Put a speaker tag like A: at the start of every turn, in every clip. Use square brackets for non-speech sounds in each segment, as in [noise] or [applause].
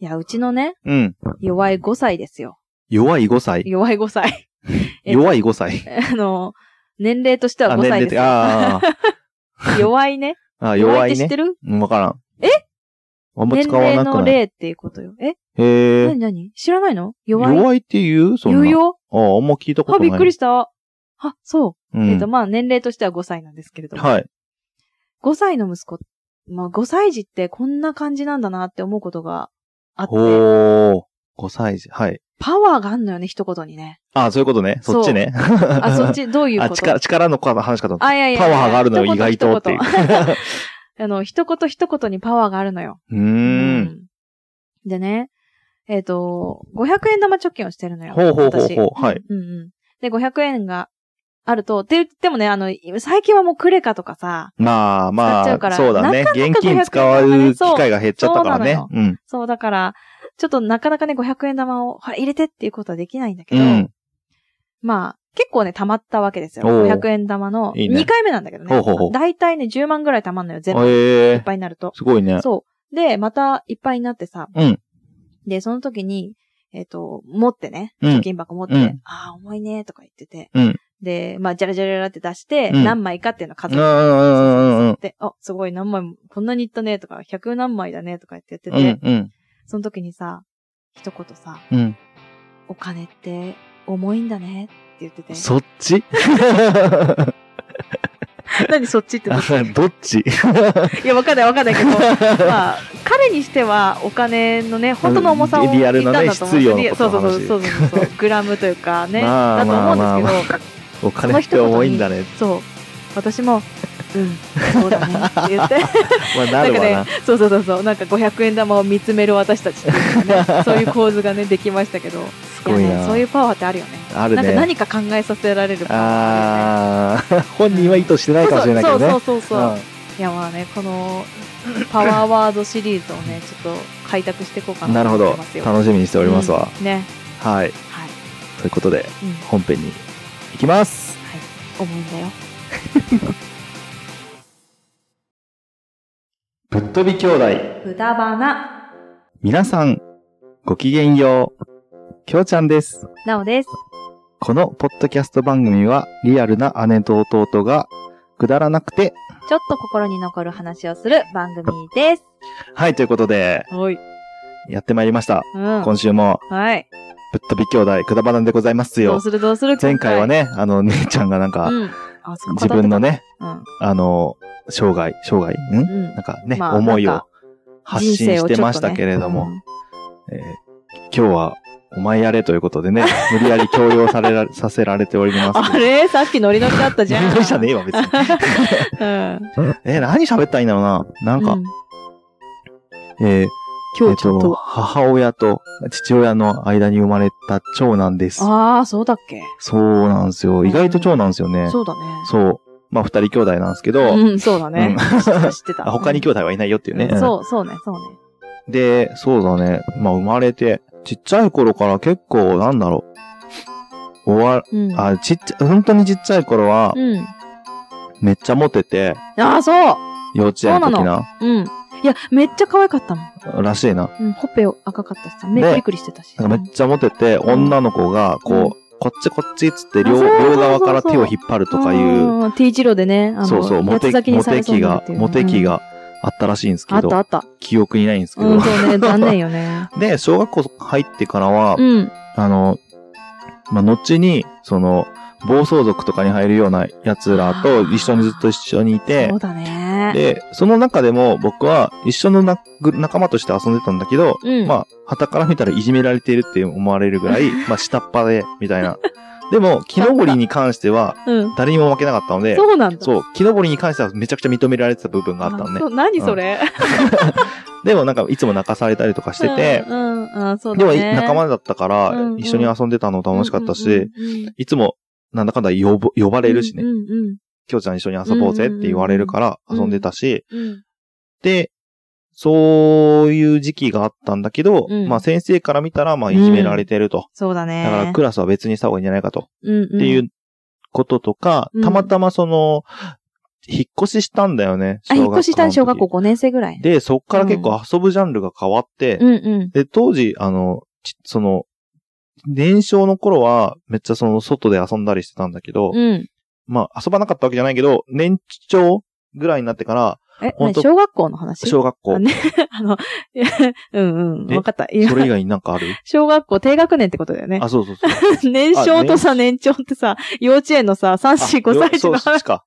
A: いや、うちのね、
B: うん。
A: 弱い5歳ですよ。
B: 弱い5歳。
A: 弱い5歳。 [laughs] え
B: 弱い5歳。
A: あの、年齢としては
B: あ、
A: 5歳
B: 齢
A: です
B: 的あ
A: [laughs]
B: ー
A: 弱いね。
B: あー、弱
A: っ
B: い
A: て知っ
B: ね
A: て。る
B: うんわからん。
A: え
B: あんま
A: 年
B: 使わ
A: 齢
B: な
A: の
B: くない。
A: 例っていうことよ。え
B: へ
A: な
B: え。
A: になに知らないの弱い
B: 弱いって言うそんな。
A: 言うよ。
B: ああ、あんま聞いたこと
A: あ、
B: ない。
A: びっくり
B: し
A: した。あ、そう。
B: た。う
A: えっと、
B: ん。
A: まあ、年齢としては5歳なんですけれども。
B: はい。
A: 5歳の息子、まあ、5歳児ってこんな感じなんだなって思うことがあって、
B: おー。5歳児。はい。
A: パワーがあんのよね、一言にね。
B: ああ、そういうことね。そっちね。
A: あ、
B: あ
A: そっ。ち、どういう
B: [laughs] あ、
A: こと
B: 力、力の話かと思った。
A: あ、いやいやいや
B: パワーがあるのよ、意外とっていう。
A: 一言一言 [laughs] あの、一言一言にパワーがあるのよ。
B: うーん。
A: うんでね、えっ、と、500円玉貯金をしてるのよ。
B: ほうほうほうほう。
A: 私
B: はい。
A: うんうん。で、500円があると、って言ってもね、あの、最近はもうクレカとかさ、
B: ま
A: 使
B: あ
A: っちゃ
B: ま
A: うか
B: あ、
A: ら
B: そうだね。
A: なかなか
B: 現金使う機会が減っちゃったからね
A: そ。
B: うん。
A: そうだから、ちょっとなかなかね、500円玉をほら入れてっていうことはできないんだけ
B: う
A: ど、
B: ん。
A: まあ、結構ね、溜まったわけですよ。
B: おう
A: 500円玉の、
B: いいね
A: 2回目なんだけどね。
B: ほうほうほう
A: だいたいね、10万ぐらい溜まんのよ、全部。いっ
B: ええ。
A: ぱいになると。
B: すごいね。
A: そう。で、またいっぱいになってさ。
B: うん
A: で、その時に、えっ、と、持ってね、
B: うん
A: 貯金箱持って、
B: うん
A: ああ、重いね、とか言ってて。
B: うん
A: で、まあ、じゃらじゃらじゃらって出して、
B: うん
A: 何枚かっていうのを数
B: う
A: え
B: んう
A: て。
B: んうん
A: で、あ、すごい何枚も、こんなにいったね、とか、100何枚だね、とか言ってやってて、
B: うん。うんうん。
A: その時にさ、一言さ、
B: うん。
A: お金って重いんだね、って言 [laughs] ってて。
B: そっち
A: [laughs] 何そっちってどっち
B: どっ
A: [laughs]
B: ち
A: いや、わかんないわかんないけ
B: [laughs]
A: ど、まあ、彼にしてはお金のね、本当の重さを
B: うんリアルなね
A: 言ったんだと思う
B: 質量のこ
A: そ
B: と
A: うそ
B: の
A: うそう
B: 話
A: そうそう
B: [laughs]
A: そう、グラムというかね、
B: まあ
A: だと思うん
B: まあ
A: ですけど、
B: お金って重いんだね。
A: そう、私も、うん、そうだねって
B: [laughs]
A: 言って、
B: まあ、な
A: なん
B: る
A: か
B: わ
A: ね
B: な。、
A: そうそうそうそう、なんか500円玉を見つめる私たちっていうか
B: [laughs]
A: ね、そういう構図がね、できましたけど、
B: す
A: い
B: ご
A: や
B: い
A: ね、
B: な。
A: そういうパワーってあるよね。
B: ある
A: なんか
B: ね。
A: 何か考えさせられるパワーあるよね
B: ああ、 [laughs] 本人は意図してないかもしれないけどね。
A: そうそうそうそうそう。
B: うん
A: いやまあね、このパワーワードシリーズをね、ちょっと開拓していこうかな
B: なる
A: と
B: ほ
A: 思っ
B: ど
A: てます。よ。
B: 楽しみにしておりますわ。
A: うんね。
B: はい。
A: はい。
B: ということで、
A: うん。
B: 本編に行きます。
A: 重いんだよ。
B: ぶっ飛び兄弟、
A: 豚鼻。
B: 皆さん、ごきげんよう。きょうちゃんです。
A: なおです。
B: このポッドキャスト番組は、リアルな姉と弟が、くだらなくて、
A: ちょっと心に残る話をする番組です。
B: はい、ということで、
A: はい。
B: やってまいりました。
A: うん。
B: 今週も、
A: はい。
B: ぶっ飛び兄弟、くだばなんでございます
A: どう
B: よ。
A: するどうする
B: 前回は。ね、あの、姉ちゃんがなん
A: 今
B: か
A: 回、うん。あ、そこ
B: 自分の。ね、
A: 語って
B: あの、生涯、生涯、ん
A: たうん。
B: なんかね、
A: まあ
B: 思い
A: なん
B: を
A: か
B: 発信してましたけれども、。えー今日はお前やれということ
A: [laughs]
B: でね、無理やり強要されらさせられております
A: あ
B: けど。
A: れさっきノリノリだったじ
B: [laughs]
A: ゃん。
B: 無理じゃねえわ、別
A: [laughs]
B: に。
A: うん。
B: えー何喋ったらいいんだろうな。なんか、
A: う
B: えーえ
A: 今
B: っ
A: 日ちょっ
B: と、
A: と。
B: 母親と父親の間に生まれた長男です。
A: ああ、そうだっけ
B: そうなんですよ。意外と長男ですよね。
A: そうだね。
B: そう。まあ、二人兄弟なんですけど、
A: うん、そうだね。
B: うん
A: 知ってた知ってた。
B: あ [laughs] 他に兄弟はいないよっていうね。
A: うんそう、そうね、そうね。
B: で、そうだね。まあ、生まれて、ちっちゃい頃から結構、なんだろう。おわ、
A: うん。
B: あ、ちっちゃ、本当にちっちゃい頃は、
A: うん。
B: めっちゃモテて、
A: ああ、そう
B: 幼稚園の時
A: そう
B: な、
A: うん。いや、めっちゃ可愛かったもん。
B: らしいな。
A: うん、ほっぺ赤かったしさ、目
B: ね
A: クリクリしてたし。
B: なんかめっちゃモテて、
A: うん
B: 女の子が、こう、こっちこっちっつって
A: あ
B: 両、
A: そうそうそうそう
B: 両側から手を引っ張るとかいう、
A: うん。T 字路でね、あの、
B: そうそう、モ
A: 八つ
B: テ、
A: 咲きに
B: モ
A: され
B: テ
A: そうに
B: 期
A: なるっ
B: が
A: てい、う
B: モテ期。
A: うん
B: があったらしいんです
A: あ
B: け
A: ったあ
B: ど、
A: った。
B: 記憶にないんですけ
A: うん、
B: ど。
A: そうね、残念よね。
B: で、小学校入ってからは、
A: うん。
B: [laughs] あの、まあ、後に、その、暴走族とかに入るような奴らと一緒にずっと一緒にいて
A: そう、だね。
B: で、その中でも僕は一緒のなぐ仲間として遊んでたんだけど、
A: うん。
B: まあ、旗から見たらいじめられているって思われるぐらい、まあ、下っ端で、みた
A: [laughs]
B: いな。でも、木登りに関しては、
A: うん。
B: 誰にも負けなかったので、
A: そうなんだ。う、
B: そう、木登りに関してはめちゃくちゃ認められてた部分があったのね
A: そ。う、何それ
B: でもなんか、いつも泣かされたりとかしてて、
A: [laughs] うん、うんあー、そう
B: で
A: だ
B: も
A: ね。
B: 仲間だったから
A: うんう、ん
B: 一緒に遊んでたの楽しかった
A: うんうん
B: し、
A: うんうん
B: いつも、なんだかんだ呼ぼ呼ばれるしね、
A: うんうん
B: きょうちゃん一緒に遊ぼうぜって言われるから
A: うんうん
B: 遊んでたし、
A: うん。
B: で、そういう時期があったんだけど、
A: うん
B: まあ先生から見たら、まあいじめられてると。
A: そうだね。
B: だからクラスは別にした方がいいんじゃないかと。
A: うんうん、
B: っていううこととか
A: う、ん
B: たまたまその、引っ越ししたんだよね。
A: あ、
B: 小
A: 引っ
B: 学校の
A: 越
B: 時
A: したの小学校5年生ぐらい。
B: で、そっから結構遊ぶジャンルが変わって、
A: うんうん。
B: で、当時、あの、ちその、年少の頃は、めっちゃその、外で遊んだりしてたんだけど、
A: うん。
B: まあ、遊ばなかったわけじゃないけど、年長ぐらいになってから、
A: え、
B: ほん
A: 何
B: と
A: 小学校の話
B: 小学校
A: あ、。ね、 [laughs] あの、 [laughs] いやうんうん。
B: え
A: わかった。
B: それ以
A: 今、
B: 外になんか
A: [laughs]
B: ある
A: 小学校低学年ってことだよね
B: あ、。そうそ
A: [laughs]
B: うそう。
A: 年少とさ、
B: あ
A: 年長ってさ、幼稚園のさ、3、4、5歳児
B: そう
A: の
B: そっ
A: 話 [laughs]
B: ち。か。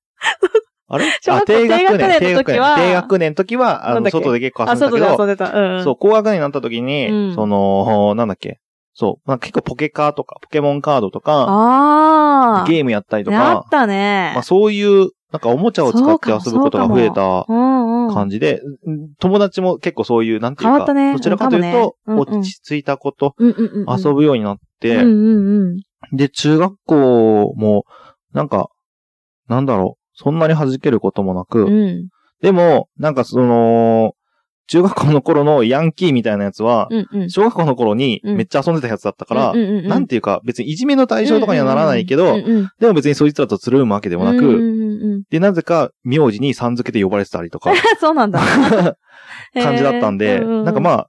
B: あれ
A: 小
B: あ
A: 学校
B: 低学年、低
A: 低学年の
B: 学
A: 時
B: 年。
A: は
B: 低学年の時は、あ
A: なん
B: の、
A: だっけ
B: 外で結構遊
A: あ、
B: んでた
A: 外
B: け
A: で
B: ど
A: 遊ん、でた。うん。
B: そう、高学年になった時に、
A: うん
B: その、なんだっけ。そう、まあ、結構ポケカーとか、ポケモンカードとか、
A: あー。
B: ゲームやったりと
A: あっ
B: か、
A: たね
B: まあ、。そういう、なんかおもちゃを使って遊ぶことが増えた
A: うんうん。
B: 感じで、うん友達も結構そういう、なんていう
A: 変わ
B: か、
A: ったね
B: どちらかというと、
A: うんかもねうんうん
B: 落ち着いたこと、
A: うんうんうんうん。
B: 遊ぶようになって、
A: うんうんうん。
B: で、中学校も、なんか、なんだろう、そんなに弾けることもなく、
A: うん。
B: でも、なんかその、中学校の頃のヤンキーみたいなやつは、
A: うんうん。
B: 小学校の頃に
A: うん
B: めっちゃ遊んでたやつだったから、
A: うんうんうん、
B: なんていうか、別にいじめの対象とかにはならないけど、
A: うんうんうん、
B: でも別にそいつらとつるむわけで
A: で
B: もな
A: うんう
B: く、
A: んうん、 [laughs]
B: で、なぜか、名字にさん付けで呼ばれてたりとか、
A: そうなんだ。
B: 感じだったんで、なんかま
A: あ、
B: あ、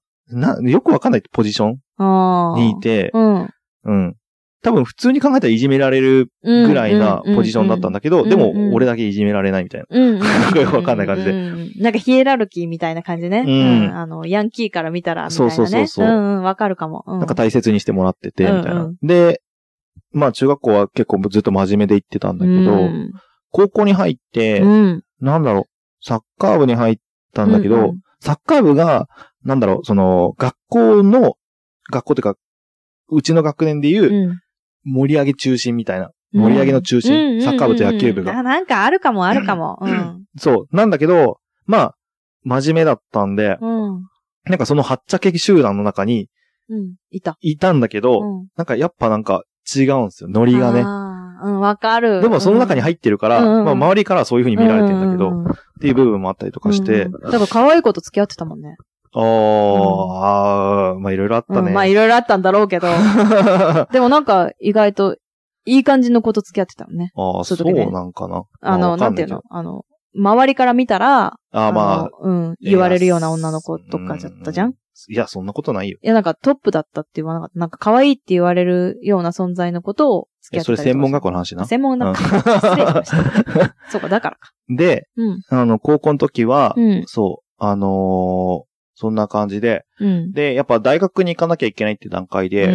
B: な、よくわかんないポジション
A: あー
B: にいて、
A: うん
B: うん。多分普通に考えたらいじめられる
A: うん、
B: ぐらいなポジションだったんだけど、
A: うん
B: で
A: うんうん
B: も俺だけいじめられないみたいな。
A: うんうんうん。
B: なんかよくわかんない感じで
A: うんうんうんなんかヒエラルキーみたいな感じね。
B: うん
A: あの、ヤンキーから見たら、みたいな
B: そう
A: ね。
B: そうそうそうん
A: うん、わかるかも。う
B: なんか大切にしてもらってて、みたいな。
A: うんうん
B: で、まあ中学校は結構ずっと真面目で行ってたんだけど、
A: うん
B: 高校に入って、
A: うん。
B: なんだろう、サッカー部に入ったんだけど、
A: うんうん
B: サッカー部が、なんだろう、その、学校の、学校というか、うちの学年でい
A: う
B: う、
A: ん
B: 盛り上げ中心みたいな。盛り上げの中心、
A: うん
B: サッカー部と野球部が。
A: うんうんうんあなんかあるかも、あるかも。うん。
B: そう。なんだけど、まあ、真面目だったんで、
A: うん。
B: なんかそのはっちゃけ集団の中に
A: うん。いた。
B: いたんだけど、
A: うん
B: なんかやっぱなんか違うんですよ、ノリがね。
A: あーうん、わかる。
B: でもその中に入ってるから、
A: うんうん
B: まあ周りからはそういう風に見られてんだけど、
A: うう
B: っ
A: う
B: ていう部分もあったりとかして、
A: うんうんだから可愛い子と付き合ってたもんね。
B: あーあー、まあいろいろあったね。
A: うんまあいろいろあったんだろうけど。
B: [laughs]
A: でもなんか意外といい感じの子と付き合ってたのね。
B: ああ、
A: そ
B: そう
A: いう時ね
B: うなんかな。
A: あの、
B: わ
A: な
B: か
A: んてい
B: け
A: う
B: ど
A: のあの、周りから見たら、
B: ああ、まあ
A: の。うん、言われるような女の子とかだったじゃん
B: ういや、そんなことないよ。
A: いや、なんかトップだったって言わなかった。なんか可愛いって言われるような存在のことを付き
B: え
A: 合っ
B: そ
A: て
B: れ
A: たりとか
B: 専門学校の話な。
A: 専門学校。失礼しま
B: [laughs]
A: した。そうか、だからか。
B: で、
A: うん。
B: あの、高校の時は、
A: うん。
B: そう、あのーそんな感じで、
A: うん。
B: で、やっぱ大学に行かなきゃいけないって段階で、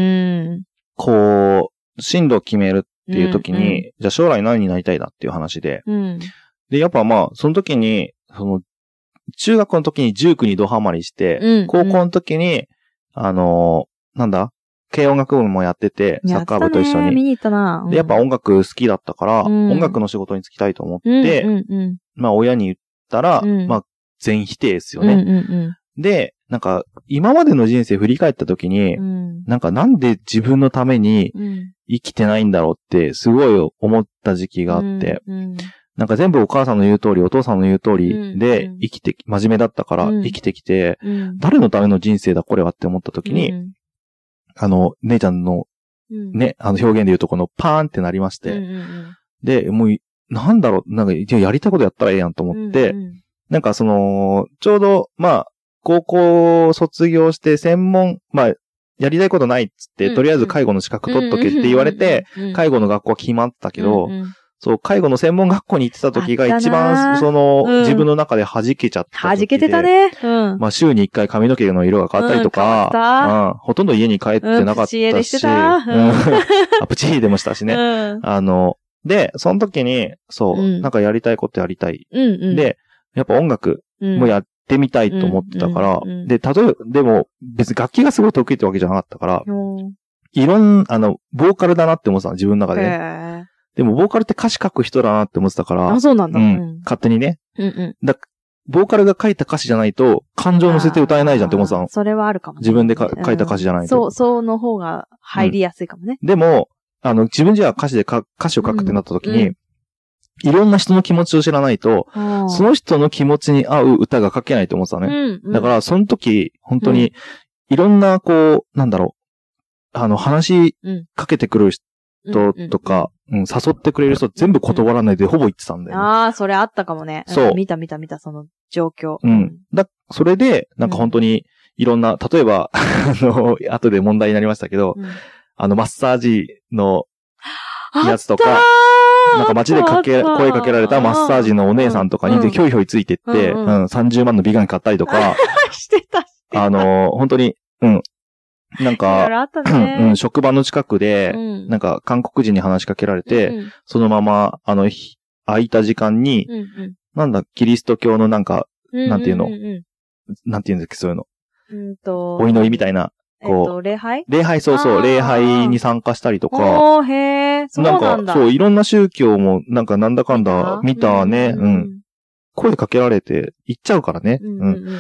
A: うん。
B: こう、進路を決めるっていう時に、
A: うんうん
B: じゃあ将来何になりたいなっていう話で、
A: うん。
B: で、やっぱまあ、その時に、その、中学の時に塾にドハマりして、
A: うん
B: 高校の時に、あのーなんだ軽音楽部もやってて、サッカー部と一緒
A: やったね
B: に。
A: 見に行ったな。うん
B: で、やっぱ音楽好きだったから、
A: うん
B: 音楽の仕事に就きたいと思っ
A: うん
B: て、
A: うんうん。
B: まあ親に言ったら、
A: うん
B: まあ全否定ですよ
A: うん
B: ね。
A: うん
B: で、なんか今までの人生振り返った時に、
A: うん。うん
B: なんかなんで自分のために
A: うん。
B: 生きてないんだろうってすごい思った時期があって、
A: うん。
B: なんか全部お母さんの言う通り、お父さんの言う通り
A: う
B: で
A: んうん
B: 生きてき、真面目だったから
A: うん
B: 生きてきて、
A: うん。
B: 誰のための人生だこれはって思った時に、
A: うん
B: あの、姉ちゃんの
A: うん、
B: ね、あの表現で言うとこのパーンってなりまし
A: うん
B: て、
A: うん
B: で、もうい、なんだろう、なんか、いややりたいことやったらええやんと
A: うん、
B: 思って、
A: うんうん
B: なんかその、ちょうど、まあ、高校を卒業して専門、まあ、やりたいことないっつっ
A: うんう
B: て、
A: ん
B: とりあえず介護の資格取っとけって言われて、、介護の学校は決まったけど
A: うん、うん
B: そう、介護の専門学校に行ってた時が一
A: あったな
B: 番、
A: ー
B: その、
A: うん
B: 自分の中で弾けちゃった時で。
A: 弾けてた。ね。うん。
B: まあ、週に一回髪の毛の色が変わったり
A: う
B: と
A: ん変わ
B: か、うんほとんど家に帰ってなかったし、
A: うんプチ家出してた
B: うん [laughs] あプチ家出もしたしね。
A: うん。
B: あの、で、その時に、そう、
A: うん
B: なんかやりたいことやりたい。
A: うんうん、
B: で、やっぱ音楽
A: うん、
B: もやってみたいと思ってたから、
A: うんうんうん
B: で、例えば、でも、別に楽器がすごい得意ってわけじゃなかったから、
A: うん、
B: いろん、あの、ボーカルだなって思ってたの、自分の中でね、
A: へー
B: でも、ボーカルって歌詞書く人だなって思ってたから
A: あ、、そうなん
B: う
A: だ。
B: ん、
A: うん
B: 勝手にね。
A: うんうん。
B: だボーカルが書いた歌詞じゃないと、感情を乗せて歌えないじゃんって思ってた
A: あー
B: の。
A: それはあるかもね。
B: 自分でか
A: うん
B: 書いた歌詞じゃないと
A: そう、そうの方が入りやすいかもね。
B: でも、あの、自分じゃ歌詞でか歌詞を書くってなった時に、
A: うんう
B: いろんな人の気持ちを知らないと、
A: うん
B: その人の気持ちに合う歌が書けないと思ってたのね。
A: うんうん、、
B: だからら、その時、本当
A: う
B: に、いろんな、こう、なんだろう、あの、話し
A: うん
B: かけてくるし人とか、うん、誘ってくれる人全部断らないでほぼ行ってたんだよね。
A: ああ、それあったかもね。ん
B: そう
A: 見た見た見た、その状況。
B: うん。だ、それで、なんか本当に、いろんな、例えば、 [laughs] あの、後で問題になりましたけど、
A: うん。
B: あの、マッサージの、
A: あ
B: や
A: っ
B: つ
A: たー
B: とかなんか街でかけ、声かけられたマッサージのお姉さんとかに
A: う
B: で
A: ん
B: ひょいひょいついてって、
A: う
B: うんん、
A: うん
B: 30万の美顔器買ったり
A: [laughs]
B: とか、
A: [laughs] してた。
B: あの、本当に、うん、なん
A: いろい
B: か、
A: ろあった
B: [clears throat] う
A: ね
B: ん、。職場の近くで、
A: ん
B: なんか韓国人に話しかけられて、
A: うん
B: そのまま、あの、ひ空いた時間に、
A: うんうん
B: なんだ、キリスト教のなんか、
A: うん
B: なんていうの
A: んん
B: なんていうんだっけ、そういうの、
A: うんうんと。
B: お祈りみたいな、
A: えっ、
B: こと
A: 礼拝
B: う、礼拝、そう
A: あ
B: そ
A: ー
B: う、礼拝に参加したりとか、
A: おー、へー。そうなんだ。
B: か、そう、いろんな宗教も、なんか、なんだかんだ、見たね、
A: う
B: うんん。声かけられて行っちゃうからね。
A: う
B: うんん。
A: うんうんうん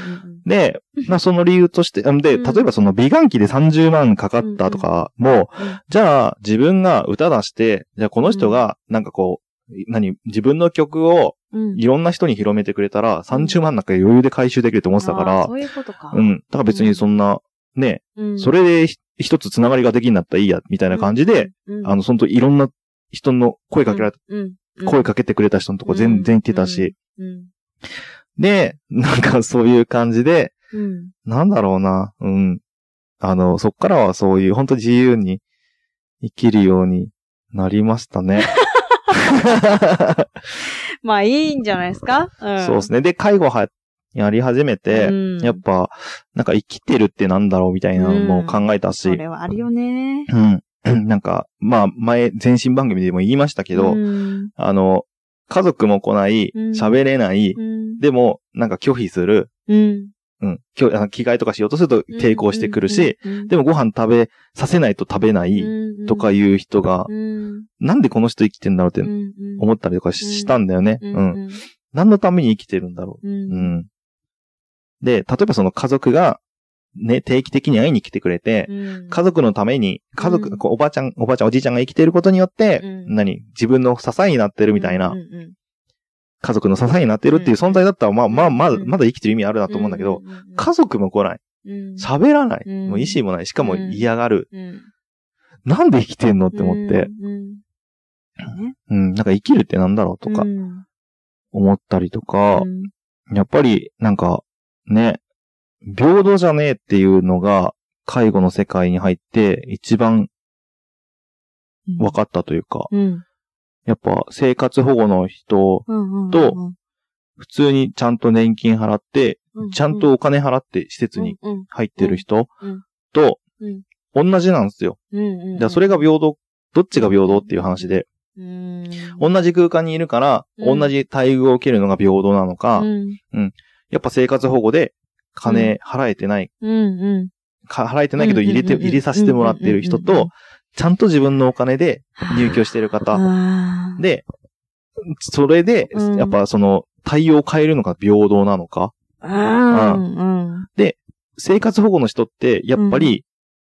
B: で、まあその理由として、うんで、
A: うん
B: 例えばその美顔器で30万かかったとかも、
A: うん
B: じゃあ自分が歌出して、じゃあこの人が、なんかこう、何自分の曲を
A: うん。
B: いろんな人に広めてくれたら、30万なんか余裕で回収できると思ってたか
A: あー
B: ら、
A: そういうことか。
B: うん。だから別にそんな、ね、
A: うん。
B: それでひ一つつながりができんなったらいいや、みたいな感じで、
A: うん、
B: あの、そのといろんな人の声かけられた、
A: うん、うん
B: 声かけてくれた人のとこ全然行ってたし、、
A: うん
B: で、なんかそういう感じで、
A: うんうん
B: なんだろうな、うん。あの、そっからはそういう、本当自由に生きるようになりましたね。
A: まあいいんじゃないですか、うん、
B: そうですね。で、介護は、やり始めて、
A: うん
B: やっぱ、なんか生きてるってなんだろうみたいなのも考えたし、
A: そうれはあるよね。
B: ん。なん [clears throat] か、まあ、前、前身番組でも言いましたけど、
A: うん
B: あの、家族も来ない、
A: うん
B: 喋れない、
A: うん
B: でも、なんか拒否する、
A: うん
B: うん、拒あの着替えとかしようとすると抵抗してくるし、、
A: うん
B: でもご飯食べさせないと食べないとか、いう人が、
A: うん
B: なんでこの人生きてんだろうって思
A: っ
B: ったりとかししたんだよね。
A: う
B: うんん。何のために生きてるんだろ
A: う
B: う。うんん。で、例えばその家族が、ね、定期的に会いに来てくれて、
A: うん
B: 家族のために、家
A: うん
B: 族、こうおばあちゃん、おばあちゃん、おじいちゃんが生きてることによって、
A: うん
B: 何自分の支えになってるみたいな
A: うん、うん
B: 家族の支えになってるっていう存在だったら、まあまあ、まだ、
A: うん
B: まだ生きてる意味あるなと思うんだけど、、家族も来ない。
A: うん、
B: 喋らない。
A: うん
B: もう意思もない。しかも嫌がる。
A: うんうん
B: なんで生きてんのって思って、、
A: うん
B: うん、なんか生きるってなんだろうとか
A: うん
B: 思ったりとか
A: う、ん
B: やっぱりなんかね、平等じゃねえっていうのが介護の世界に入って一番分かったというか、
A: うん
B: やっぱ生活保護の人、
A: うんうん
B: と普通にちゃんと年金払って、
A: うん
B: ちゃんとお金払って施設に
A: うんうん
B: 入ってる人
A: うん
B: と
A: うん
B: 同じなんですよ。
A: うんうんう
B: だ
A: ん
B: からそれが平等、どっちが平等っていう話で、
A: うん
B: 同じ空間にいるから、
A: うん
B: 同じ待遇を受けるのが平等なのか、
A: うん
B: やっぱ生活保護で金払えてない、
A: うんうん
B: か払えてないけど入れて、
A: うんうんうん
B: 入れさせてもらってる人
A: うんうんうんうん
B: と、ちゃんと自分のお金で入居してる方
A: あー
B: で、それで
A: うん、
B: やっぱその対応を変えるのが平等なのか。
A: あーうん
B: 生活保護の人って、やっぱり、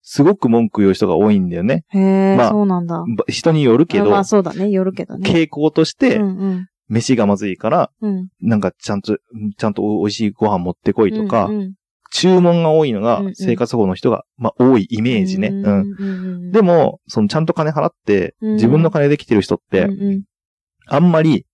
B: すごく文句言う人が多いんだよね。
A: うん。へえ、
B: まあ
A: そうなんだ。
B: ば人によるけ
A: あまあ
B: ど、
A: そうだね、夜けどね。
B: 傾向として
A: う、んうん
B: 飯がまずいから、
A: うん。
B: なんかちゃんと、ちゃんと美味しいご飯持ってこいとか
A: う、ん
B: 注文が多いのが
A: うんうん
B: 生活保護の人が、まあ多いイ
A: うん、
B: メージね。
A: うん
B: うん。
A: うん。
B: でも、そのちゃんと金払って、
A: うん
B: 自分の金できてる人って
A: う、んうん、
B: あんまり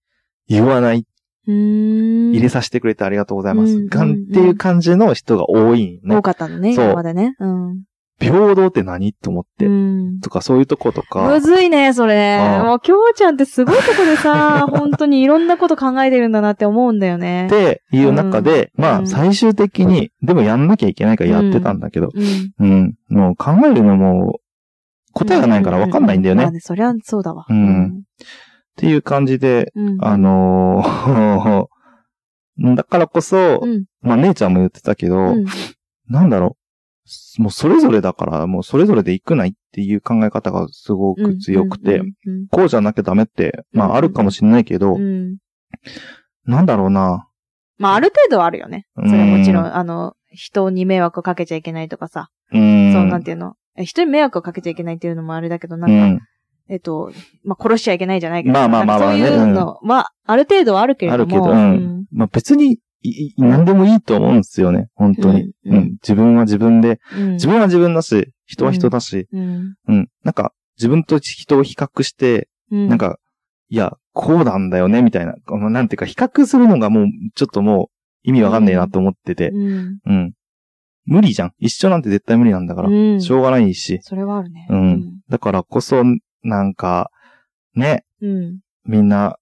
B: 言わない、
A: うーん
B: 入れさせてくれてありがとうございま
A: うん
B: す。がんっていう感じの人が多い
A: 多
B: ね。
A: かったのね、
B: そう
A: 今までね。うん。
B: 平等って何と思って
A: う。ん。
B: とか、そういうとこと
A: む
B: か。
A: ずいね、それ。
B: あー
A: もう、きょうちゃんってすごいとこでさ、 [laughs] 本当にいろんなこと考えてるんだなって思うんだよね
B: っ。ていう中で、
A: うん
B: ま
A: うん
B: あ、最終的に、でもやんなきゃいけないからやってたんだけど、
A: うん。
B: うん。もう考えるのも、答えがないからわかんないんだよ
A: う
B: ね。
A: まあ
B: っ
A: ね、そりゃそうだわ。
B: うんていう感じで、
A: うん。うん。
B: あのー [laughs] だからこそ、
A: うん
B: まあ姉ちゃんも言ってたけど、
A: うん
B: なんだろう、もうそれぞれだから、もうそれぞれで行くないっていう考え方がすごく強くて、
A: うん
B: こうじゃなきゃダメって、ま
A: うん
B: ああるかもしれないけど、
A: うんうん
B: なんだろうな。
A: まあ、ある程度はあるよね。それはもちろん、あの、人に迷惑をかけちゃいけないとかさ、
B: うーん。
A: そう、なんていうの。え人に迷惑をかけちゃいけないっていうのもあれだけど、な
B: うん
A: か、
B: ん
A: えっと、まあ、殺しちゃいけないじゃないけど。
B: まあまあ
A: なんか
B: まあまあ
A: そうい
B: ね
A: うのは、ある程度はあるけれ
B: あ
A: ど
B: るけど、
A: も。
B: うん。まあ別に、いい何でもいいと思うんですよね、本当に、
A: うん
B: うん自分は自分で、
A: うん。
B: 自分は自分だし、人は人だし、
A: うん。
B: うん。なんか、自分と人を比較して、
A: うん。
B: なん、か、いや、こうなんだよね、みたいな。このなんていうか、比較するのがもう、ちょっともう、意味わかんねえなって思ってて。
A: うん。
B: うん。無理じゃん。一緒なんて絶対無理なんだから。
A: うん。
B: しょうがないし。
A: それはあるね。
B: うんだからこそ、なんか、ね、
A: うん。うん。
B: みんな、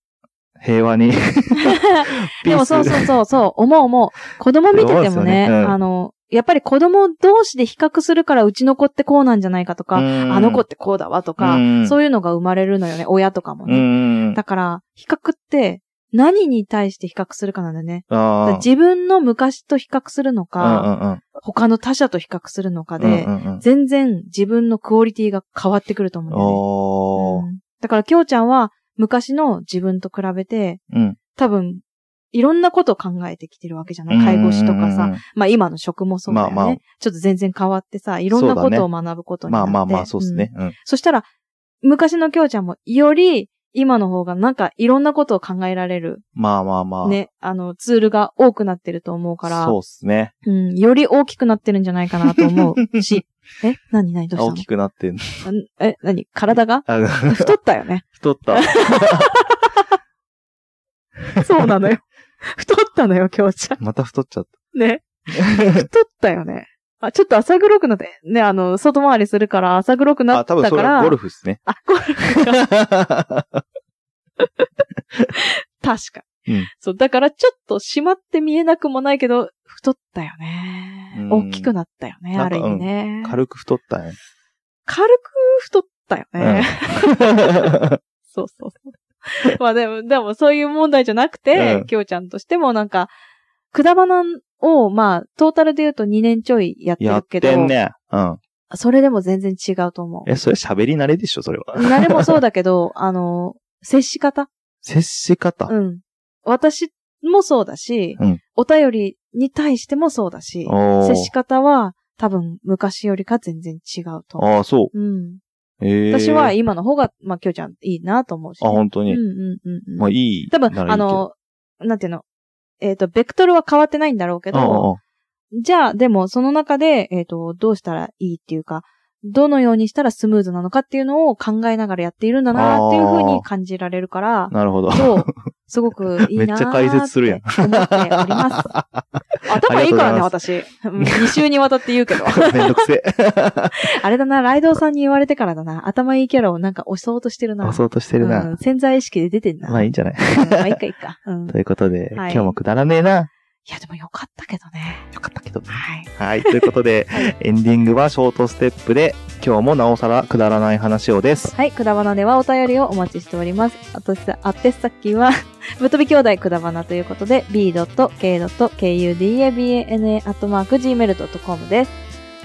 B: 平和に [laughs] ピース。
A: でもそうそうそう、そう、思う思う。子供見てて
B: そ
A: も
B: うで
A: ね、
B: すよねうん
A: あの、やっぱり子供同士で比較するから、うちの子ってこうなんじゃないかとか、あの子ってこうだわとか、
B: うん
A: そういうのが生まれるのよね、親とかも
B: う
A: ね。
B: ん。
A: だから、比較って、何に対して比較するかなんだよね。だ
B: あ
A: から自分の昔と比較するのか、
B: か
A: 他の他者と比較するのかで、
B: うんうんうん
A: 全然自分のクオリティが変わってくると思うんだよね。
B: おー
A: うんだから、きょうちゃんは昔の自分と比べて、
B: うん
A: 多分、いろんなことを考えてきてるわけじゃない介護士とか
B: うん
A: さ。
B: うん
A: まあ今の職もそうだよね、
B: まあまあ
A: ちょっと全然変わってさ、いろんなことを学ぶこと
B: うん
A: にな
B: ま
A: っ
B: あ
A: て、
B: まあまあ、そうです
A: ん
B: ね。うん。
A: そしたら、昔のきょうちゃんもより今の方がなんかいろんなことを考えられる、
B: まあまあまあ。。
A: ね、あの、ツールが多くなってると思うから、
B: そうですね。
A: うん、より大きくなってるんじゃないかなと思
B: [laughs]
A: うし、え何何どう
B: 大
A: し
B: きくなっ
A: [laughs]
B: てん。
A: たのんえ何体
B: [laughs]
A: が
B: あ
A: 太ったよね。
B: 太った。
A: そうなの
B: [laughs]
A: よ。太ったのよ、きょうちゃ
B: [laughs] また太っちゃっ
A: ん。ね。
B: [laughs]
A: 太ったよね。あ、ちょっと朝黒くなって、ね、あの、外回りするから朝黒く
B: た。
A: な
B: あ、
A: った
B: 多
A: か
B: 分それ
A: ら、
B: はゴルフ
A: [laughs]
B: ですね。
A: あ、ゴルフ、確か。
B: うん
A: そう、だからちょっと締まって見えなくもないけど、太ったよね。
B: うん
A: 大きくなったよね、
B: な
A: あ
B: んか
A: る意味ね。
B: 軽く太ったね。
A: 軽く太ったよね。 [laughs]
B: うん
A: そうそうそう。 [laughs] まあでも、でもそういう問題じゃなくて、
B: うん
A: きょうちゃんとしてもなんか、くだばなを、まあ、トータルで言うと2年ちょいやって
B: やっ
A: るけど、
B: てんね。うん。
A: それでも全然違うと思う。
B: え、それ喋り慣れでしょ、それは。
A: 誰もそうだけど、 [laughs] あの、接し方
B: 接し方。
A: うん。私もそうだし、
B: うん
A: お便りに対してもそうだし、
B: おー
A: 接し方は多分昔よりか全然違うと思。
B: ああ、そう
A: うん。
B: う。ええ。
A: 私は今の方が、まあ、きょうちゃんいいなと思うし、
B: あ、本当
A: 当
B: に
A: う。んうんうんうん。
B: まあ、いい。
A: 多分、
B: ならいいけど
A: あ、の、なんていうの、えっ、と、ベクトルは変わってないんだろうけ
B: うんうん
A: ど、
B: うん
A: じゃあ、でも、その中で、えっ、と、どうしたらいいっていうか、どのようにしたらスムーズなのかっていうのを考えながらやっているんだなっていうふうに感じられる
B: [laughs]
A: から、
B: なるほど。
A: そう、すごくいいなーって
B: めっちゃ解説するやん
A: 思っております。頭いいからね、
B: ありがとうご
A: 私。2週にわたって言う
B: [laughs]
A: けど。
B: めんどくせえ。
A: あれだな、ライドウさんに言われてからだな。頭いいキャラをなんか押そうとしてるな。
B: 押そうとしてる
A: う
B: な。
A: ん潜在意識で出てんな。
B: まあいいんじゃない
A: うんまあいいかいいか。うん
B: ということで、
A: は
B: 今
A: い
B: 日もくだらねえな。
A: いや、でもよかったけどね。
B: よかったけど。
A: はい。
B: はい。ということ
A: [laughs]
B: で、エンディングはショートステップで、今日もなおさらくだらない話をです。
A: はい、くだばなではお便りをお待ちしております。あとさ、あってさっきは、 [laughs] ぶっ飛び兄弟くだばなということで、b.k.kudabana.gmail.com です。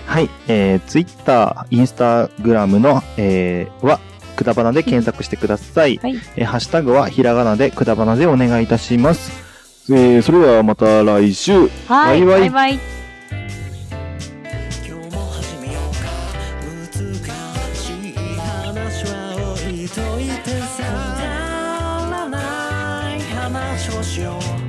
B: はい。えー、Twitter、Instagram の、えー、は、くだばなで検索してください。
A: はい。
B: えーハッシュタグはひらがなでくだばなでお願いいたします。えー、それではまた来週。
A: はい、
B: バイバイ
A: バイバイ。
C: 今日も始めようか難しい話は置いといてさくだらない話をしよう